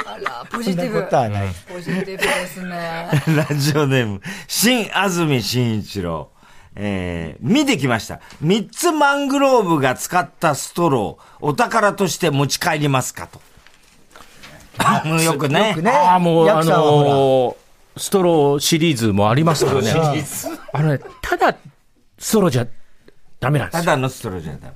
Speaker 4: あら、ポ
Speaker 1: そ
Speaker 4: ジ
Speaker 1: んな
Speaker 4: ティ
Speaker 1: こと
Speaker 4: ブ。
Speaker 1: はない。
Speaker 4: ポジティブですね。
Speaker 3: [laughs] ラジオネーム、新安住新一郎。えー、見てきました。三つマングローブが使ったストロー、お宝として持ち帰りますかと。あのよくね。
Speaker 1: よくね
Speaker 2: ああ、もう、
Speaker 1: ヤ
Speaker 2: あ
Speaker 1: クさんはほら
Speaker 2: のーストローシリーズもありますからね。あのね、ただ、ストローじゃダメなんで
Speaker 3: [laughs] た
Speaker 2: すよ。
Speaker 3: だのストローじゃダメ。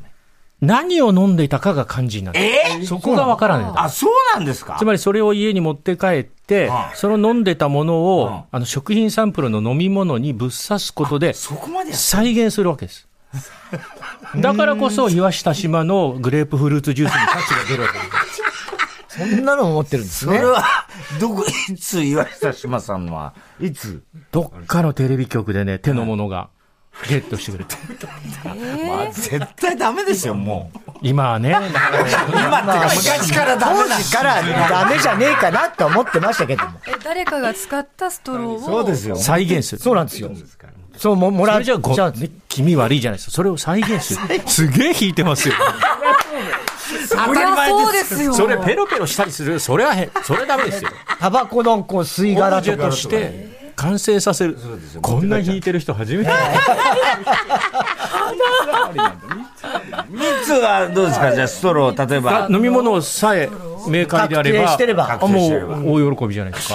Speaker 2: 何を飲んでいたかが肝心なんで
Speaker 3: えー
Speaker 2: す。そこがわからないんだ。
Speaker 3: あ、そうなんですか
Speaker 2: つまりそれを家に持って帰って
Speaker 3: は、
Speaker 2: その飲んでたもの
Speaker 3: う
Speaker 2: を
Speaker 3: ん、
Speaker 2: あの、食品サンプルの飲み物にぶっ刺すことで、
Speaker 3: そこまでやっ
Speaker 2: 再現するわけです。だからこそ、岩下島のグレープフルーツジュースに価値が出るわけです。
Speaker 1: そんなのも持ってるんです
Speaker 3: そ
Speaker 1: ね
Speaker 3: れ。は、どこ、いつ岩下志麻さんのは、いつ
Speaker 2: [laughs] どっかのテレビ局でね、手のものが、ゲットしてくれて。
Speaker 3: まあ、絶対ダメですよ、もう。
Speaker 2: 今はね、
Speaker 3: 今ってか昔からダメ
Speaker 1: 当
Speaker 3: だ
Speaker 1: 時からダメじゃねえかなって思ってましたけども。
Speaker 4: え、誰かが使ったストローを。
Speaker 3: そうですよ。
Speaker 2: 再現する。
Speaker 1: そうなんですよ。そう、もも
Speaker 2: そ
Speaker 1: らっ
Speaker 2: れ
Speaker 1: ち
Speaker 2: じ
Speaker 1: ゃ
Speaker 2: ゃあ
Speaker 1: うん
Speaker 2: ご
Speaker 1: ですよ。、
Speaker 2: 気味悪いじゃないですか。それを再現する。 [laughs] すげえ引いてます [laughs] よ。
Speaker 3: 当た
Speaker 4: そりゃそうですよ。
Speaker 2: それペロペロしたりする。それはへん、それダメですよ。
Speaker 1: タバコのこう吸い
Speaker 2: オ
Speaker 1: 殻
Speaker 2: ブジ
Speaker 1: と
Speaker 2: ェと
Speaker 1: か。
Speaker 2: して完成させる。こんな引いてる人初めて。
Speaker 3: 三つはどうですかじゃあ、ストロー、例えば。
Speaker 2: 飲み物さえ明快であれば、
Speaker 1: 確定してれば
Speaker 2: あもう大喜びじゃないで
Speaker 1: [laughs]
Speaker 2: すか。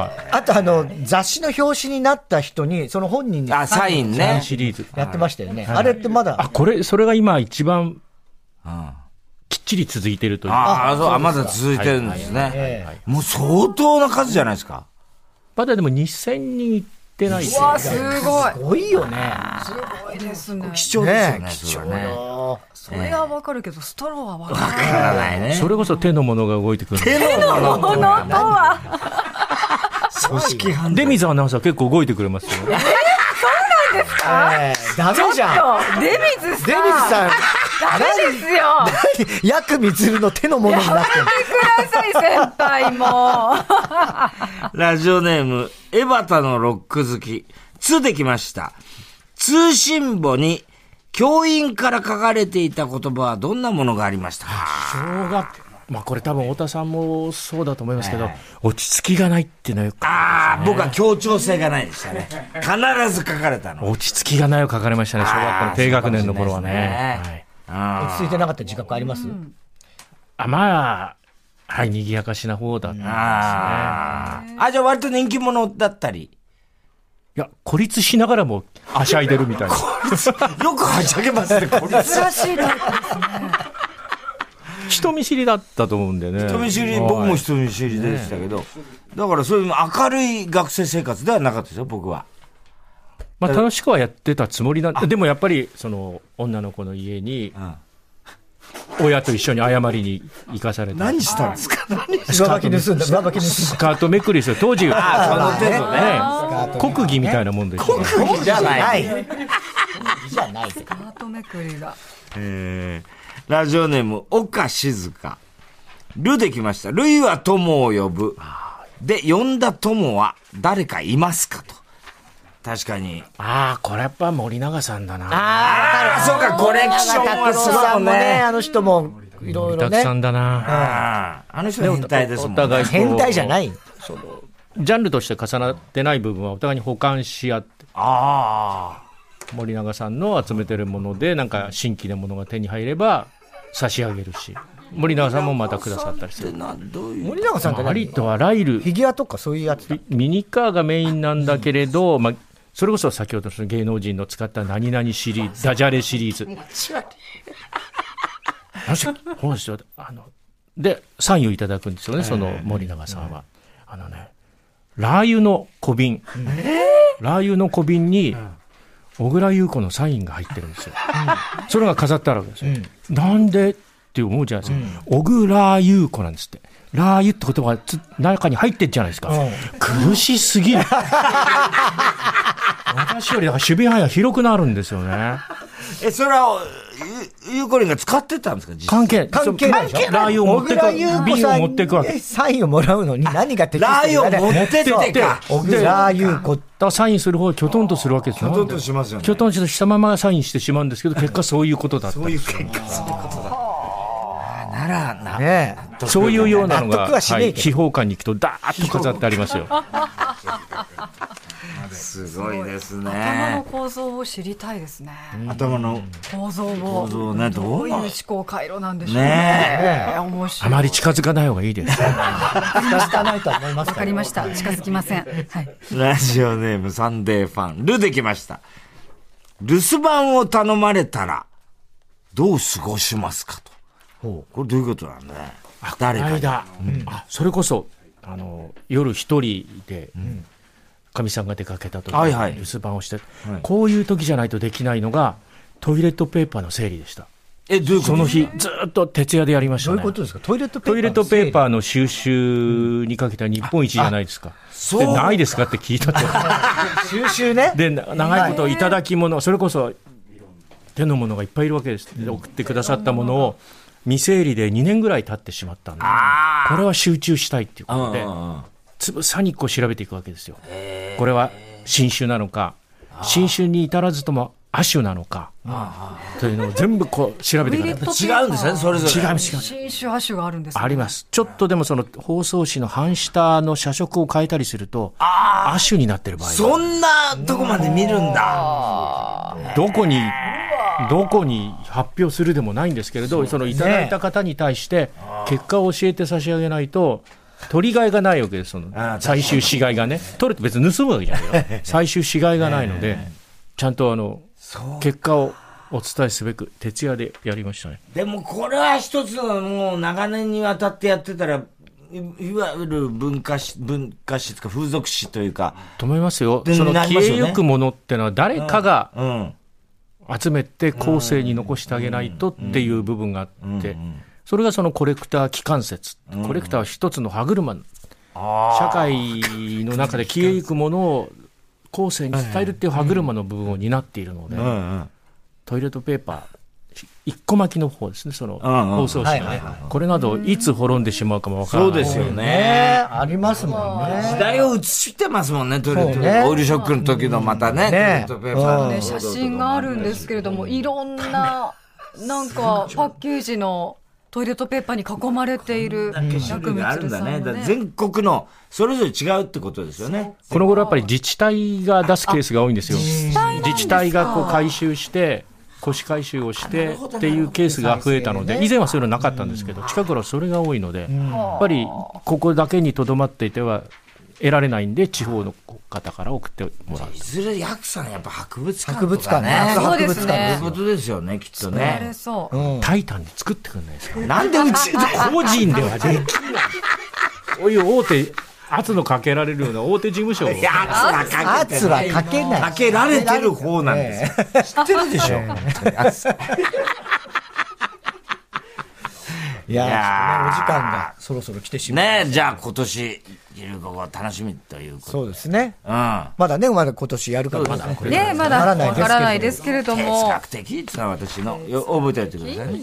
Speaker 2: はい
Speaker 1: あとあの、雑誌の表紙になった人に、その本人に
Speaker 3: あ、サインね。
Speaker 2: シリーズ。
Speaker 1: やってましたよね。あれってま
Speaker 2: あ、
Speaker 1: だ、
Speaker 2: これ、それが今一番
Speaker 3: あ
Speaker 2: きっちり続いてるという。
Speaker 3: あー、そう、あまだ続いてるんですね。
Speaker 1: え
Speaker 3: もう相当な数じゃないですか。
Speaker 2: まだでも2000人いってないです
Speaker 4: わあ、すごい
Speaker 1: え。すごいよね。
Speaker 4: すごいですね。
Speaker 3: 貴重ですよね。
Speaker 1: ね
Speaker 3: 貴重ね。
Speaker 4: それはわかるけど、ストローはわか
Speaker 3: わからないね。
Speaker 2: それこそ手のものが動いてくるんです。
Speaker 4: らない。この音は。
Speaker 3: 組織犯
Speaker 2: デミザアナウンサー結構動いてくれますよ。
Speaker 1: ええダメじゃん。
Speaker 4: デビズさん。
Speaker 1: デビスさん、
Speaker 4: ダメです
Speaker 1: [laughs]
Speaker 4: よ。
Speaker 1: ヤクミツルの手のものになってる。
Speaker 4: ください、先輩 [laughs] も。
Speaker 3: ラジオネーム、エバタのロック好き、2できました。通信簿に、教員から書かれていた言葉はどんなものがありましたか
Speaker 2: 小学まあこれ多分太田さんもそうだと思いますけど、落ち着きがないっていうのはよく
Speaker 3: ああ、僕は協調性がないでしたね。必ず書かれたの。
Speaker 2: 落ち着きがないを書かれましたね、小学校の低学年の頃はね。はい
Speaker 3: あ
Speaker 1: 落ち着いてなかった自覚あります
Speaker 2: あまあ、はい、賑やかしな方だった。
Speaker 3: あー。あ、じゃあ割と人気者だったり。
Speaker 2: いや、孤立しながらも、はしゃいでるみたいな。
Speaker 3: よくはしゃげます [laughs] ね、これ。
Speaker 4: 珍しいタイプ
Speaker 2: 人見知りだったと思うんでね。
Speaker 3: 人見知り、
Speaker 2: はい
Speaker 3: 僕も人見知りでしたけど、だからそういう明るい学生生活ではなかったですよ、僕は。
Speaker 2: まあ、楽しくはやってたつもりなんで、でもやっぱり、その、女の子の家に、親と一緒に謝りに行かされた。
Speaker 3: 何したんですか
Speaker 1: 上履き盗んだ、上履き盗ん
Speaker 2: スカートめくりですよ。当時、
Speaker 3: あその程度ね。
Speaker 1: だ。
Speaker 2: ね、国技みたいなもんでしたね。
Speaker 1: 国じゃ
Speaker 3: な
Speaker 1: ないい。じゃない。
Speaker 4: ハートめくりが。
Speaker 3: えーラジオネーム、岡静香。ルできました。ルイは友を呼ぶ。で、呼んだ友は誰かいますかと。確かに。
Speaker 2: ああ、これやっぱ森永さんだな。
Speaker 1: あ
Speaker 3: あ、そうか、コレクションはす
Speaker 1: ー、
Speaker 3: ご
Speaker 1: さ
Speaker 3: い
Speaker 1: んもね、
Speaker 3: ね。
Speaker 1: あの人も、いろい
Speaker 2: 森
Speaker 1: ろ
Speaker 2: 田
Speaker 1: ね
Speaker 2: さ。んだな。
Speaker 3: あーあの人は変態ですもんね。
Speaker 2: お互いこう
Speaker 1: 変態じゃない。
Speaker 2: ジャンルとして重なってない部分はお互いに補完し合って、
Speaker 3: あ
Speaker 2: 森永さんの集めてるもので、なんか新規なものが手に入れば差し上げるし、森永さんもまたくださったりする。
Speaker 3: あ。な、どういう。
Speaker 1: 森永さんって
Speaker 2: あり
Speaker 1: 何
Speaker 2: とあらゆる
Speaker 1: フィギュアとかそういうやつだ。
Speaker 2: ミニカーがメインなんだけれど、まあ、それこそ先ほどのその芸能人の使った何々シリーズ、ダジャレシリーズ。よしこの人あの、で、サインをいただくんですよね、その森永さんは。あのね、ラー油の小瓶。ラー油の小瓶に、小倉優子のサインが入ってるんですよ。それが飾ってあるわけですよ。なんでって思うじゃないですか。小倉優子なんですって。ラー油って言葉がつ中に入ってんじゃないですか。苦しすぎる。私よりだから守備範囲が広くなるんですよね。
Speaker 3: え、それは、ゆ、ゆうこりんが使ってたんですか実際
Speaker 2: 関係、
Speaker 1: 関係ないでしょ
Speaker 2: そうラー油を持ってく、瓶を持ってくわけ。だか
Speaker 1: サインをもらうのに何が適
Speaker 3: ラ
Speaker 1: して
Speaker 3: ー油を持って
Speaker 2: 持って
Speaker 3: っ
Speaker 2: ってて
Speaker 3: か。
Speaker 1: 小倉優子。
Speaker 2: らサインする方はきょとんとするわけですよ。
Speaker 3: ちょっとしますよね
Speaker 2: き。ょとんとしたままサインしてしまうんですけど、結果そういうことだった
Speaker 3: そ
Speaker 2: ん
Speaker 3: うい
Speaker 2: で
Speaker 3: う
Speaker 2: すよ
Speaker 3: 結果、そういうことだ。あなら、な、
Speaker 1: ね
Speaker 2: そういうようなの
Speaker 1: 納
Speaker 2: が、
Speaker 1: 得はしねえけど
Speaker 2: 秘宝館に行くと、ダーッと飾ってありますよ。
Speaker 3: すごいです
Speaker 4: 頭の
Speaker 3: ね。
Speaker 4: 構造を知りたいですね。
Speaker 3: 頭の
Speaker 4: 構造を。
Speaker 3: 構造ね、ど
Speaker 4: ど
Speaker 3: う
Speaker 4: う
Speaker 3: い
Speaker 4: いうう思考回路なんでしょうね。
Speaker 3: ね
Speaker 4: ええ面白
Speaker 2: あ
Speaker 4: い。
Speaker 2: まり近づかない方がいいです。
Speaker 1: え。聞かないとは思います
Speaker 4: わかりました。近づきません。はい。
Speaker 3: ラジオネームサンデーファン、ルできました。留守番を頼まれたら、どう過ごしますかと。これどういうことなんだね。誰かに。
Speaker 2: 間、あそれこそあの夜一人でかみ、さんが出かけた時、
Speaker 3: はいはい
Speaker 2: 留守番をして、こういう時じゃないとできないのがトイレットペーパーの整理でした
Speaker 3: え、どういうこと
Speaker 2: その日ずっと徹夜でやりました
Speaker 1: どう
Speaker 2: ね
Speaker 1: いうことですかトイレットペーパー
Speaker 2: トイレットペーパーの収集にかけた日本一じゃないですか。
Speaker 3: う
Speaker 2: でないですかって聞いたと。
Speaker 1: ー。収集ね。
Speaker 2: で、な長いこといただき物、それこそ手のものがいっぱいいるわけです。で送ってくださったものを未整理で2年ぐらい経ってしまったんで、これは集中したいっていうことで、つぶさにこう調べていくわけですよ。これは新種なのか、新種に至らずとも亜種なのか、というのを全部こう調べていかないと
Speaker 3: 違うんですね、それぞれ。
Speaker 2: 違います、違います。
Speaker 4: 新種亜種があるんですね
Speaker 2: あります。ちょっとでもその包装紙の半下の社色を変えたりすると、亜種になってる場合が
Speaker 3: そんなとこまで見るんだ。
Speaker 2: どこに、どこに発表するでもないんですけれど、そのいただいた方に対して、結果を教えて差し上げないと、取りがいがないわけです、その最終死骸がね、取ると別に盗むわけじゃない
Speaker 3: [laughs]
Speaker 2: よ、最終死骸がないので、ちゃんとあの結果をお伝えすべく、徹夜でやりましたね。
Speaker 3: でもこれは一つのもう長年にわたってやってたら、いいわゆる文化史、文化史とか風俗史というか、
Speaker 2: と思いますよ、
Speaker 3: で
Speaker 2: その
Speaker 3: なり
Speaker 2: 消
Speaker 3: ますよ
Speaker 2: え
Speaker 3: ね
Speaker 2: ゆくものってのは、誰かが
Speaker 3: うん。
Speaker 2: 集めて後世に残してあげないとっていう部分があって、それがそのコレクター機関説、コレクターは一つの歯車、社会の中で消えゆくものを後世に伝えるっていう歯車の部分を担っているので、
Speaker 3: うん
Speaker 2: トイレットペーパー、一個巻きの方ですね、その
Speaker 3: んうん
Speaker 2: 包装紙のね、これなどいつ滅んでしまうかもわからな
Speaker 3: そ
Speaker 2: い。
Speaker 3: うですよね。
Speaker 1: ねありますもん
Speaker 3: 時
Speaker 1: ね。
Speaker 3: 代を映してますもんね、トイレット
Speaker 1: そう
Speaker 3: ペー
Speaker 1: ね
Speaker 3: パーオイルショックの時のまたね、
Speaker 1: ね
Speaker 3: トイレットペーパー
Speaker 4: ね
Speaker 3: の。
Speaker 4: 写真があるんですけれども、いろんな、なんか、パッケージのトイレットペーパーに囲まれている、
Speaker 3: 種類があるんだね。だか
Speaker 4: 薬物さ
Speaker 3: ら
Speaker 4: んのね
Speaker 3: 全国の、それぞれ違うってことですよね。
Speaker 2: この頃やっぱり自治体が出すケースが多いんですよ。自治体がこう回収して、腰回収をしてっていうケースが増えたので、以前はそういうのなかったんですけど、近頃はそれが多いので、やっぱりここだけにとどまっていては得られないんで、地方のこう方から送ってもらう
Speaker 3: いずれヤクさんやっぱ博物館
Speaker 1: 博
Speaker 3: とか、ね、
Speaker 1: 物館ね
Speaker 4: そう
Speaker 1: 博
Speaker 4: で
Speaker 1: 物
Speaker 4: す
Speaker 1: 館
Speaker 3: そうい
Speaker 4: ね
Speaker 3: うことですよね、きっと
Speaker 4: やれ
Speaker 3: ね。
Speaker 4: そう。
Speaker 1: うん
Speaker 2: タイタンで作ってくんないですか
Speaker 3: なんでうちで、
Speaker 2: 個人ではできない。 [laughs] こういう大手、圧のかけられるような大手事務所を
Speaker 3: いや圧はかけて
Speaker 1: 圧はかけない。
Speaker 3: かけられてる方なんですよ。知ってるでしょ。圧
Speaker 1: いやー、
Speaker 3: いやー
Speaker 1: ちょっとねお時間がそろそろ来てしまう。
Speaker 3: ねえ、じゃあ今年、ゆるこご楽しみということ。
Speaker 1: そうですね。
Speaker 3: うん。
Speaker 1: まだね、まだ今年やるかどうか。
Speaker 4: ねまだ
Speaker 1: ならない
Speaker 4: わ
Speaker 1: ですけど
Speaker 4: からないですけれど
Speaker 3: 哲
Speaker 4: も。
Speaker 3: 学的っていうのは私の、よ覚えておいてくださいね。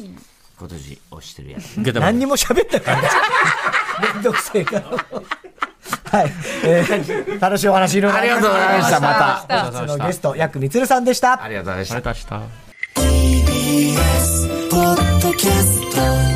Speaker 3: 今年推してるやつ。
Speaker 2: 受けたま
Speaker 1: 何
Speaker 2: で
Speaker 1: にも喋ってない。めんどくせえから。はい。えー楽しいお話いろいろ
Speaker 3: ありがとうございましたまた
Speaker 1: た。本日のゲスト、ヤクミツルさんでした。
Speaker 3: ありがとうございました
Speaker 2: ま。た明日。
Speaker 5: TBS ポッドキャスト